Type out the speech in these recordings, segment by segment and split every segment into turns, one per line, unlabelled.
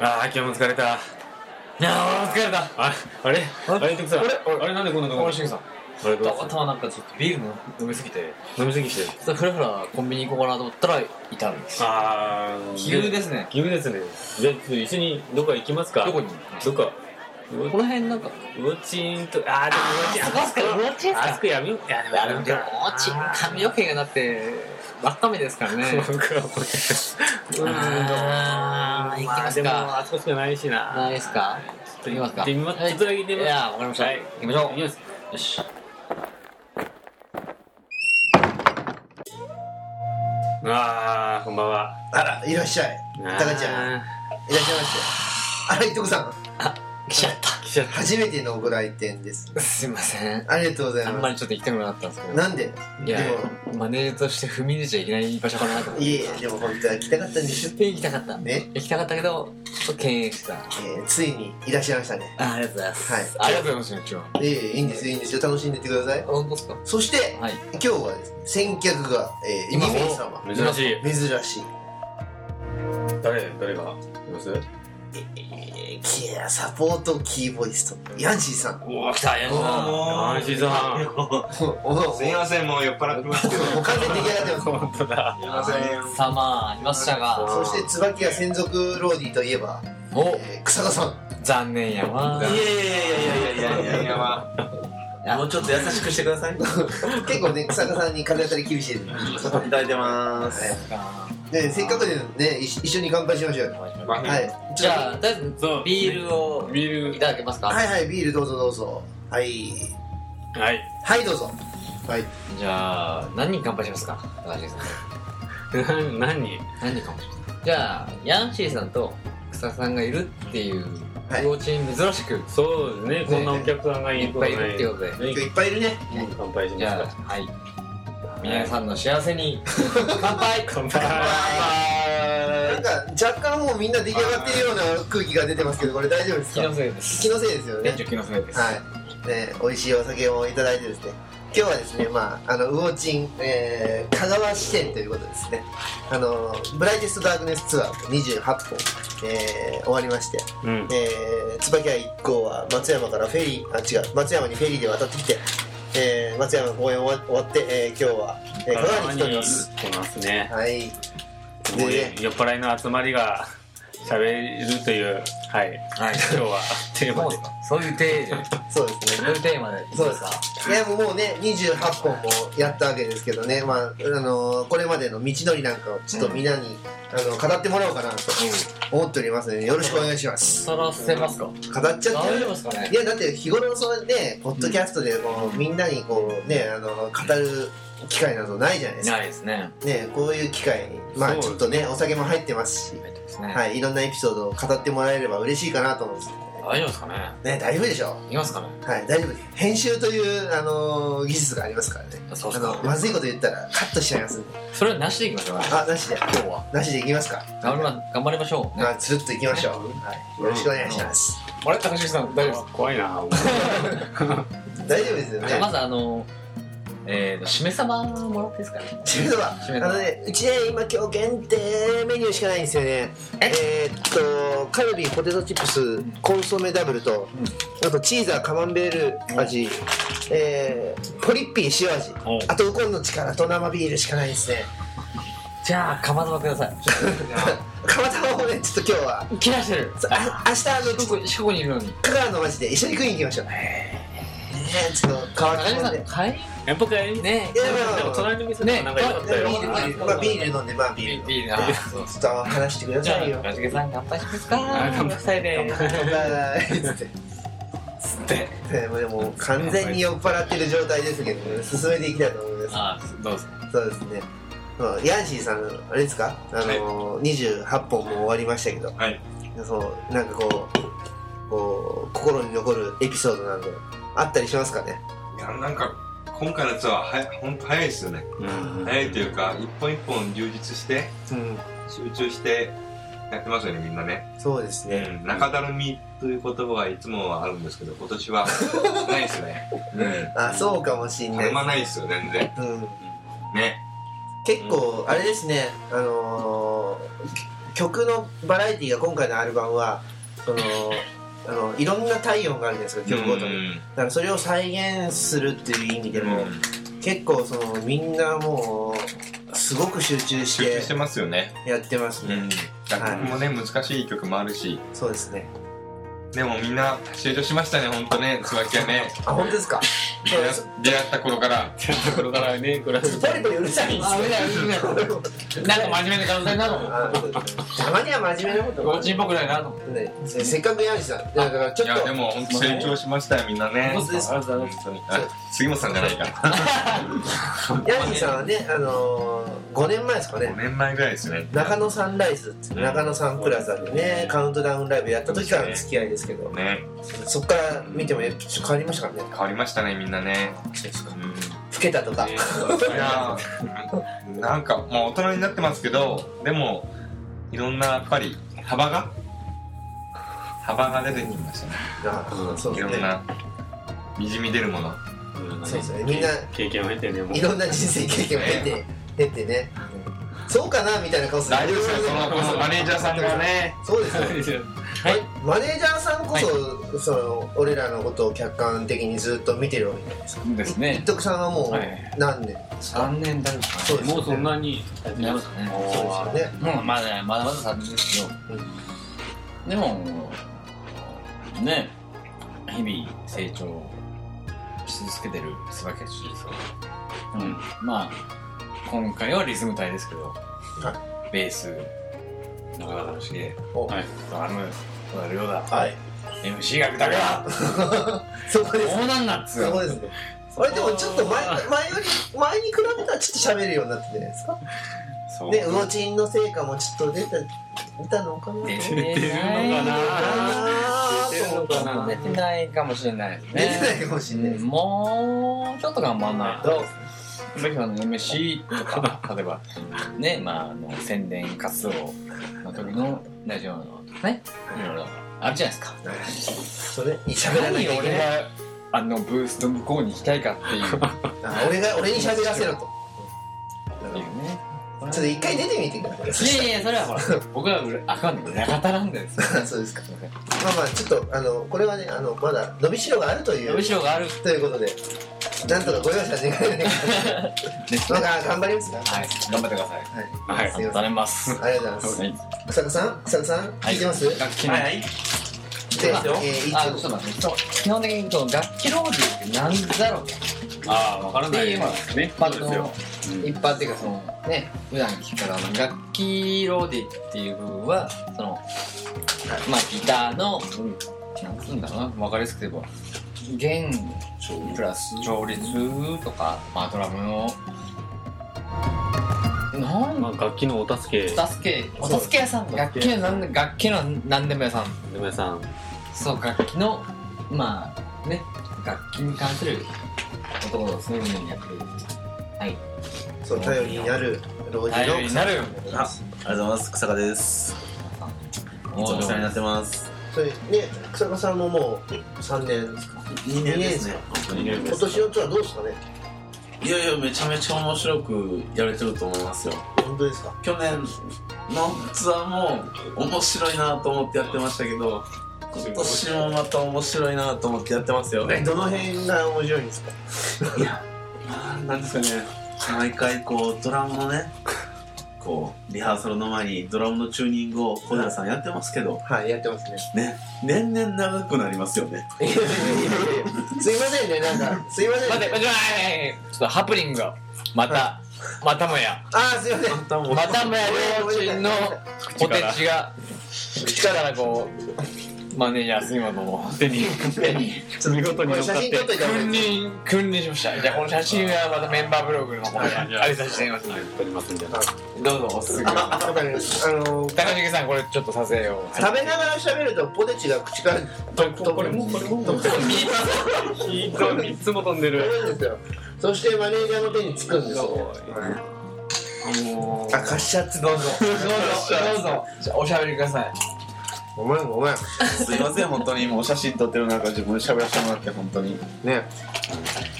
ああ今日も疲れたいやー疲れたああれあれ徳さん
あれあれ
あれなんでこんなとこ
あれしげさん
あれどう
た
す
またまなんかちょっとビールの飲みすぎて
飲みすぎて
ちょっとふらふらコンビニ行こうかなと思ったらいたんです
ああ
急ですね
急ですねじゃあちょっと一緒にどっか行きますか
どこに
どっかう
この辺なんか
ウォッチンとあーでもウォッチン
そこっすかウォッチンっすか
あそこやめよういやでも
あれで
ウ
も
ォッ
ち
チン
髪の毛がなってばっかめですからね
うん
あー行きます
で
か
もあそこしかないしな
ないですか
ちょっと
行きます
行
か
ってみますちょっとだけ行ってみます
いやわかりました
はい
行きましょう
行きます
よし
あーこんばんは
あら、いらっしゃい。タカちゃん、いらっ
ん
しゃいませ。あら、いとこさん、
来ちゃった
来ちゃっ
初めてのご来店です。
すいません
ありがとうござい
あんま
ま
りちょっと行きたくなかったんですけ
す。
ど
なんで
いや
で
マネーとして踏み入れちゃいけない場所かなと思っ
も、
て
いえいえ、でも本当は来たかったんでしょ。
行きたかった
ね
行きたかったけどちょっと敬遠してた
えーついにいらっしゃいましたね。
あありがとうございます、
はい
ありがとうございます一応
ええいいんですよ、いいんですよ。楽しんでってください。
本当ですか
そして、
はい
今日はですね、先客が、えー、
今
2名様。
た珍しい
珍しい。
誰誰がいます
えー、ケアサポートキーボイスト、ヤンシーさん。
おお来たや
お
安心さん
おお
すいません、もう酔っ払ってますけど。
お完全に出来上がってます。
本当だ
すいません。
さまいましたが
そして、椿屋専属ローディーといえば、
お
えー、草賀さん。
残念やわ
いやいやいやいやいやいやいや、まあ、もうちょっと優しくしてください。
結構ね、草加さんに風当たり厳しいです。
いただいてます。
ね、せっかくでね、い一緒に乾杯しましょうよ。は。
はい
じゃあとりあえず
そう
ビールを
ビー
い
ル
ただけますか、
はいはい、ビールどうぞどうぞ。はい。
はい
はい、どうぞ。はい。
じゃあ何人乾杯しますか高橋さん
な何
何人乾杯しますかじゃあヤンシーさんと草さんがいるっていう
はい
幼稚園珍しく
そうですねこんなお客さんがい
い
る
っ
こ
ぱ
と
いいる
ね
ってことで
今日いっぱいいるね。
乾杯し
じ
ま
ゃ
す
あ
か
はい皆さんの幸せに乾杯
乾杯
なんか、若干もうみんな出来上がってるような空気が出てますけど、これ大丈夫です
気の
か
せいです
気のせいですよね
店。長気のせいです
はい。ね、美味しいお酒をいただいてですね。今日はですね、まあ、あの、魚鎮、えー、香川支店ということですね。あの、ブライテストダークネスツアー28本、えー、終わりまして、
うん
えー、椿屋一行は松山からフェリーあ違う松山にフェリーで渡ってきて、えー、松山の公演終わ終わって、えー、今日は、えー、香川に来ております
来てますね
はい
もう酔っ払いの集まりが喋るというはい
はい
今日はテーマで
そういうテーマで
そうです
そ
ね
ういうテーマで
そうですかいやもうね28本もやったわけですけどね、まああのーこれまでの道のりなんかをちょっとみんなに、あの語ってもらおうかなと思っておりますのでよろしくお願いします
さらせますか
語っちゃって
大丈夫ですかね
いやだって日頃のそのねポッドキャストでこうみんなにこうねあの語る機会などないじゃないですか
いですね
ねこういう機会にまあ
そう
ちょっとねお酒も入ってますし、
大丈夫ですね
はい、いろんなエピソードを語ってもらえれば嬉しいかなと思うんですよ
大丈夫ですかね
ね大丈夫でしょ
いきますかね
うはい大丈夫です編集という、あのー技術がありますからね
そう
あ
です
の
か
まずいこと言ったらカットしちゃいますんで
それはなしでいきましょう
あなしで
今日は
なしでいきますか
頑張り頑張りましょうね
まあつるっといきましょう、はい、よろしくお願いします、
あれ高橋さん大丈夫
怖いな
大丈夫です
です
よ
かじゃあ
ね
まずあのえーとしめ鯖もらっていいですかね
締めとは
締め
あ
とは
のねうちね今今日限定メニューしかないんですよね
え
えーっとカルビポテトチップスコンソメダブルと、あとチーズはカマンベール味、えーポリッピー塩味
お
あとウコンの力と生ビールしかないですね
じゃあ釜鯖ください
釜玉をねちょっと今日は
切らしてる
あ明日あのちょ
四
っと
国四国にいるのに
香川の街で一緒に食いに行きましょうねえちょっと川
高
木
橋
も
さ
んで
ん帰
やっぱ帰り
り
ね
ね
いやいやいや
でも隣の店とかなんか良かったよ
ねビール
あまあビール飲んでまあビール飲んで
いいなそう
ちょっと話してくだ
じゃ
さ
あ
いよバ
高橋さん乾杯しますか
あ乾杯
したいね
イバイつ
つ
って
って
でもでも完全に酔っ払ってる状態ですけど、ね、進めていきたいと思いま
あどうぞ
すそうですねまあヤンシーさんあれですかあのー、28本も終わりましたけど
はい
そうなんかこうこう心に残るエピソードなんであったりしますかね
いや、なんか、今回のツアー、は、本当早いですよね。
うん
早いというか、一本一本充実して、
うん
集中して。やってますよね、みんなね。
そうですね、
うん、中だるみという言葉はいつもはあるんですけど、今年は。ないですね。う
あそうかもしん
ん。
ない
たまないですよ、全然。
うん、
ね。
結構あれですねあのー曲のバラエティが今回のアルバムはそのあのいろんな体温があるじゃないですか曲ごとに
うん
だからそれを再現するっていう意味でも、
うん
結構そのみんなもうすごく集中し
集中して
て
ますよね、
やってますね、
うん、楽曲もね、難しい曲もあるし
そうですね
でもみんな集中しましたね本当ね椿はね
あ本当ですか
出会出会った頃から
ところからね、グラス。
二人ともうるさいんです
あ、
よ
危ない危ないなんか真面目な感じになるもん。
あそうですねたまには真面目なこと
幼稚園っぽくないなと思って。
ねせせっかくヤンジさんだからち
い
ょっ
やで
と
も本当成長しましたよみんなね
本当です
ありがとうござい
本
ます。
当にあ杉本さんじゃないか
ヤンジさんはねあのー、5年前ですか
5
ね
年前ぐらいですね
中野サンライズっていう中野サンプラザでねカウントダウンライブやった時からの付き合いですけど
ね
そっから見てもやっぱ変わりましたからね
変わりましたねみんなねうん
老けたとか、
いやーなんかもう大人になってますけどでもいろんなやっぱり幅が幅が出てきましたね
ああそう
い
で
ろ
す
ん
ね
なにじみ出るもの
そうですねみんな
経験を経てね、もう
い。ろんな人生経験を経て経てねそうかなみたいな顔する
大丈夫ですよそのこのマネージャーさんがね
そうですよ
はい。
マネージャーさんこそ,、その俺らのことを客観的にずっと見てるわけじゃないですか
です
一
ね
徳さんはもう
はい
何年ですか、
3年だるか
そうですよ
も
ね
うそんなに経ちますね。
そうですよね
もうまだまだまだ3年ですよでもね日々成長し続けてる椿たちですからうんまあ今回はリズム隊ですけど、ベース中田楽しげ
お
はい
ドラム小田亮だ
はい
MC が歌が
そこです
こうなんだっつ
そこですねあれでもちょっと前前より前に比べたらちょっと喋るようになってるじゃないですか
そう
ね魚ちんの成果もちょっと出た出たのかな
出
出て
てない
出てるのか
のかな
出てないかもしれないです
出
ね
てないかもしれないです、
もうちょっと頑張んない
どう
とさっきの MC とか例えばねまああの宣伝活動の時のラジオのとかねいろいろあるじゃないですか
それ喋らな
何
きゃいけ
俺
ない
があのブースの向こうに行きたいかっていうっ
あ俺が俺に喋らせろと
ていうね
ちょっと一回出てみてくださ
いやいやそれはほら 僕は裏あかんない裏方なんですよ
いそうですかまあまあちょっとあのこれはねあのまだ伸びしろがあるという
むしろがある
ということでなんとかご容赦願いま すまあ頑張りますか
はい頑張ってください
はい
はい。
すいません
頼みます
ありがとうございます
はい
草野さん草野さん聞いてます、
楽器の
い
で、え
はい
ー、一
あ、ちょっと
応
待って、そう基本的にその楽器ローデューって何だろうって
ああ、わからない
いうまあ
ですね。
一
そう
般
ですよ
の。一般っていうかそのね普段聞くからあの楽器ローディーっていう部分はそのまあギターのなんつうんだろうな分かりやすく言えば弦プラス調律とかまあドラムのなん
まあ、楽器のお助け、
お助けお助け屋さん楽器のなんで楽器の何でも屋さん
皆さん。
そう楽器のまあね楽器に関することをそういうのにやってるはい
そう頼りになる老人の
なる
あありがとうございます草加ですいつもお世話になってます
それね草野さんももう三年ですか
2
年
年
で
ですす
ね
ね
今年のツアーどうですかね
いやいやめちゃめちゃ面白くやれてると思いますよ
本当ですか
去年のツアーも面白いなと思ってやってましたけど今年もまた面白いなと思ってやってますよね
どの辺が面白いんですか
いやまあなんですかね毎回こうドラムのねこうリハーサルの前にドラムのチューニングを小寺さんやってますけど
はいやってますね
ね年々長くなりますよね
いやいやいやいやすいませんねなんかすいません、
待って待
ね、
って待ってちょっとハプニングがまたまたもや
ああすいません
たも
またもや両親のポテチが口からこうマネージャー杉本の手に手に
見事に乗っ
これ
か
写
っ。
真撮ってといた方がい
君
いです
臨君臨しましたじゃあこの写真はまたメンバーブログの方にありさせていただきま
撮りますんで。
すどうぞおすすめ高
わかりましたあのー
重さんこれちょっとさせよう
食べながら喋るとポテチが口からとこれもこれも飛ぶ
いいつも飛んでる。
んですよそしてマネージャーの手につくんですよ、ね、
も
あカシャツどうぞ
どうぞどうぞじゃあおしゃべりください
ごめんごめん
すいません本当にもうお写真撮ってる中自分で喋らせてもらって本当に
ね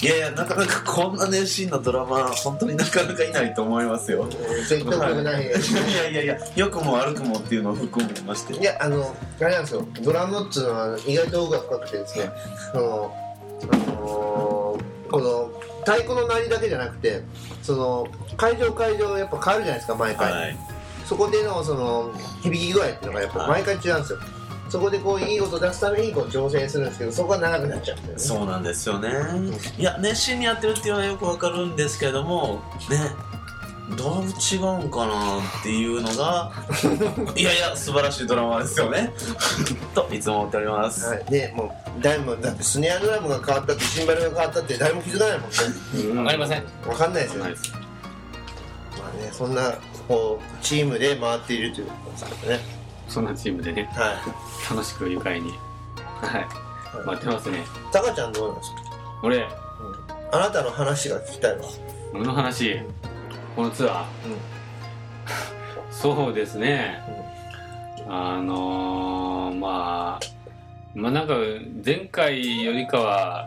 いやいや、なかなかこんな熱心なドラマー、本当になかなかいないと思いますよ。
絶対良くない。
いやいやいや、良くも悪くもっていうのを含めまして。
いや、あの、あれなんですよ。ドラムっていうのは意外と奥が深くてですね、その、あのーこの、太鼓の鳴りだけじゃなくて、その、会場会場やっぱ変わるじゃないですか、毎回。
はい。
そこでの、その、響き具合っていうのがやっぱ毎回違うんですよ。そこでこう、いい音出すためにこう調整するんですけど、そこが長くなっちゃうんだよね。
そうなんですよね。いや、熱心にやってるっていうのはよくわかるんですけども、ね、どう違うんかなっていうの が、いやいや、素晴らしいドラマですよね。 と、いつも思っております。
はい、で、もう、誰も、だってスネアドラムが変わったって、シンバルが変わったって、誰も気づかないもんね。
わかりません。
わかんないですよ
は
ね
い。
まあね、そんなこうチームで回っているということですけどね。
そんなチームでね
は
楽しく愉快にはい待ってますね
い。タカちゃんどうなんですか。
俺
あなたの話が聞きたいわ。
俺の話このツアー、
うん
そうですね、あのー、まあまあなんか前回よりかは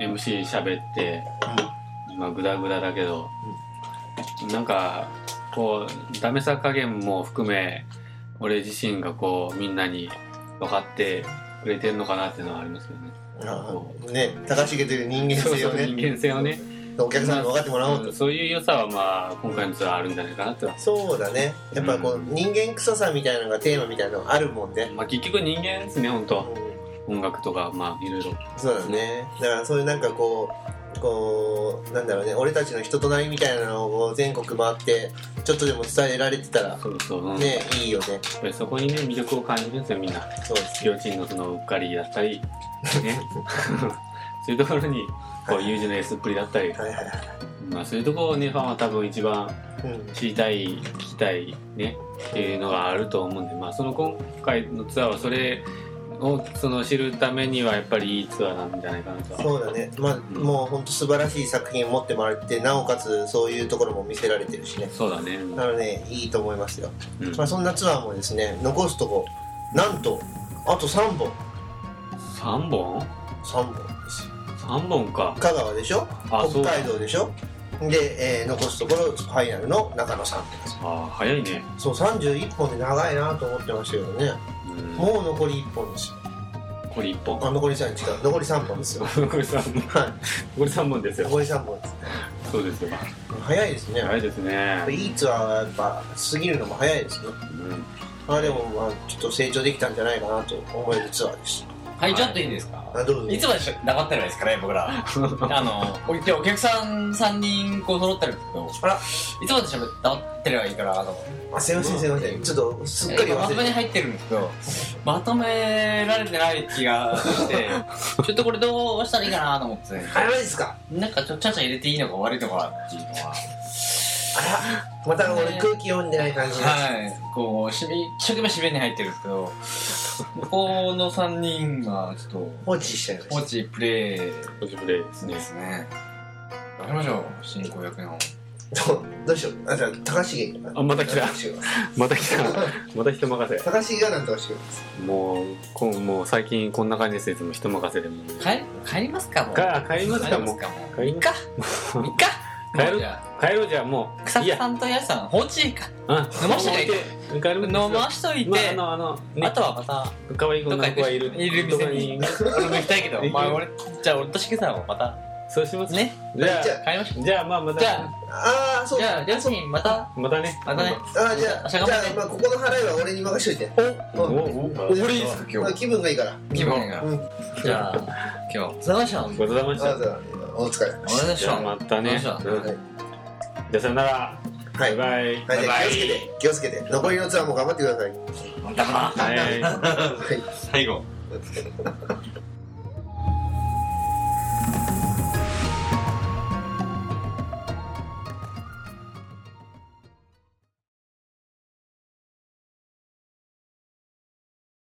MC 喋って、まあグダグダだけど、なんかこうダメさ加減も含め俺自身がこうみんなに分かってくれてんのかなっていうのはありますよね。
ああね、高重という人間性をね、
人間性をね。
お客さんに分かってもらおうと。
うんそういう良さはまあ今回のツアーあるんじゃないかなとは
そうだね。やっぱこう、
うん
人間臭さみたいなのがテーマみたいなのあるもんね。
まあ結局人間ですね本当音楽とかまあいろいろ
そうだね。だからそういうなんかこう、こうなんだろうね、俺たちの人となりみたいなのをこう全国回ってちょっとでも伝えられてたら
そうそう、うん
ね、いいよね。
やっぱりそこにね魅力を感じるんですよみんな
そうです。
両親のそのうっかりだったりねそういうところにこう友情のエスっぷりだったり、
はいはいは
まあ、そういうところをねファンは多分一番
い。うん。
知りたい聞きたいねっていうのがあると思うんで、まあ、その今回のツアーはそれをその知るためにはやっぱりいいツアーなんじゃないかなとは
そうだね、まあ、
ん
もう本当素晴らしい作品を持ってもらってなおかつそういうところも見せられてるしね
そうだね、
なのでいいと思いますよ、
うん、
まあ、そんなツアーもですね残すとこなんとあと3本
3本
3本ですよ
?3 本か
香川でしょ
あそ
北
うだ
海道でしょで、えー残すところファイナルの中野さんです
ああ早いね、
そう31本で長いなと思ってましたけどね
うん、
もう残り1本ですよ
これ1本
あ残り3違う残り3本ですよ
これ3本
は
これ3本 です
い
よ
残り3本です
そうですよ
早いですね
早いです
やっぱ
ね
いいツアーはやっぱ過ぎるのも早いですね
うん
まあでもまあちょっと成長できたんじゃないかなと思えるツアーです
はい、ちょっといいですか
あどうぞ
いつまでしなかったらですかね、僕ら。 あの、お今日お客さん3人こう揃ってるんですけど、
あら
いつまでしゃべってればいいから、あの、
あすいませんすいませんちょっとすっかり
ま
忘
と
れ
めに
て
入ってるんですけど、まとめられてない気が して、ちょっとこれどうしたらいいかなと思って、
あれですか
なんかちょっとちゃちゃ入れていいのか悪いのかっていうのは、
また俺空気読んでない感じが
はい、こう、しび一生懸命締めに入ってるんですけど、ここの3人がちょっと、
放置しちゃいま
ポ
し
チプレイ
ポジプレイですね
ですね。やりましょう、新500円を。
たどうどうしようあじゃあ高重が
あまた来た
高重が
また来たまた人任
高重がなんとかしてくれます
せもうこんもう最近こんな感じですいつも人任せでもう
帰帰りますかもう
か帰りますかもう
帰
帰
り
り
ま
ます
かもういっか
帰る
もうじゃ
帰ろうじゃあも
あ
う
草
い
津さんとヤシさん放置か
うん
飲ましてない
帰る
飲
んですよ
ましといて、
まああのあのね
あとはまた
可愛い
どっ
女
か
の
行く
子がいる
いる
と
店
かに
に俺も行きたいけど
行く
まあ俺じゃあ俺としげさんもまた
そうします
ね
じゃ
じゃ
帰りましょ
あじゃあまあま
う
た
じゃ
ああー
あ
そう
じゃあ両親また
またね
またね
あーじゃあじ
じゃ
ゃ
あ
あまあここの払いは俺に任しといて
おお
俺いいですか今日気分がいいから
気分が
うん
じゃあ今日お疲れ様でしたお疲
ごちそうさまでし
あ
た
じゃあお疲れ
れ様でし
じゃあ
た
またね
どうし
うん
はい
じゃあさよなら
は
バイ
い
バイ
はいじゃあ気をつけて気をつけて残りのツアーも頑張ってください
だから
はい
はい
最後